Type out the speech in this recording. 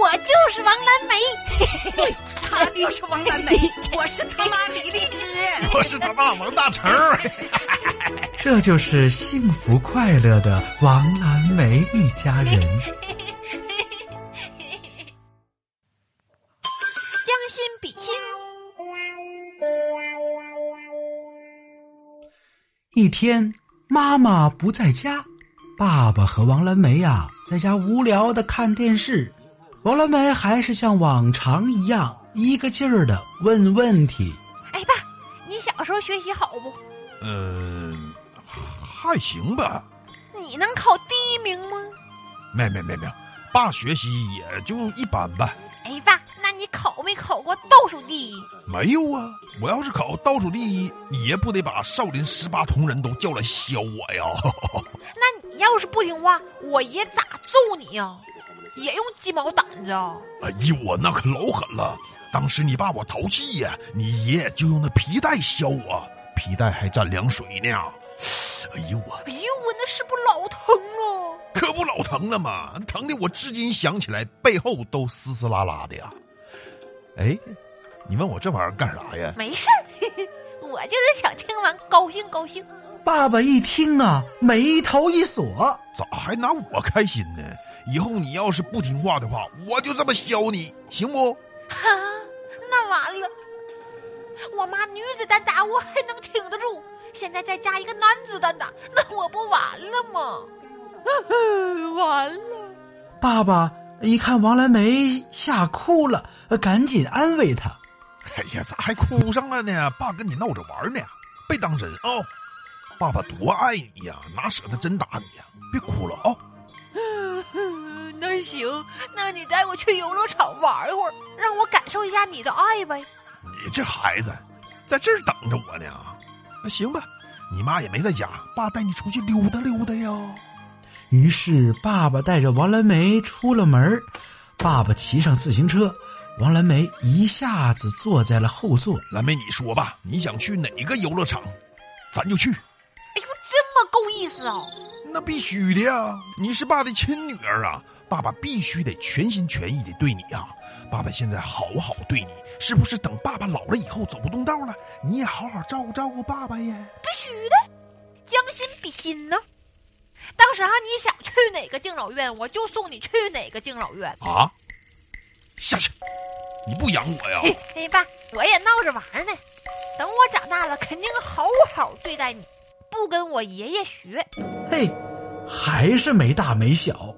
我就是王蓝梅。对，他就是王蓝梅，我是他妈李荔枝， 我是他爸王大成。 这就是幸福快乐的王蓝梅一家人。将心比心。一天，妈妈不在家，爸爸和王蓝梅呀、在家无聊的看电视。王蓝梅还是像往常一样，一个劲儿的问问题。哎，爸，你小时候学习好不？嗯，还行吧，你能考第一名吗？没没没没有，爸学习也就一般吧。哎，爸，那你考没考过倒数第一？没有啊，我要是考倒数第一，你爷不得把少林十八铜人都叫来削我呀？ 那你要是不听话，我爷咋揍你呀、啊也用鸡毛掸子啊？哎呦，我那可老狠了！当时你爸我淘气呀、你爷就用那皮带削我，皮带还蘸凉水呢。 哎呦我、哎呦，我那是不老疼啊！可不老疼了吗？疼的我至今想起来，背后都丝丝拉拉的呀。哎，你问我这玩意儿干啥呀？没事儿， 我就是想听完高兴高兴。爸爸一听啊，眉头一锁。咋还拿我开心呢？以后你要是不听话的话，我就这么削你，行不？哈、啊那完了，我妈女子单打我还能挺得住，现在再加一个男子单打，那我不完了吗？ 完了。爸爸一看王蓝梅吓哭了，呃赶紧安慰她。哎呀，咋还哭上了呢？爸跟你闹着玩呢，别当真啊、爸爸多爱你呀，哪舍得真打你呀？别哭了啊、那行，那你带我去游乐场玩一会儿，让我感受一下你的爱呗。你这孩子，在这儿等着我呢。啊那行吧，你妈也没在家，爸带你出去溜达溜达呀。于是爸爸带着王蓝梅出了门儿爸爸骑上自行车，王蓝梅一下子坐在了后座。蓝莓，你说吧，你想去哪个游乐场，咱就去。哎呦，这么够意思哦！那必须的呀！你是爸的亲女儿啊，爸爸必须得全心全意的对你啊！爸爸现在好好对你，是不是？等爸爸老了以后走不动道了，你也好好照顾照顾爸爸呀！必须的，将心比心呢。到时候啊你想去哪个敬老院，我就送你去哪个敬老院。啊，下去！你不养我呀？嘿，嘿，爸，我也闹着玩儿呢。等我长大了，肯定好好对待你，不跟我爷爷学。嘿，还是没大没小。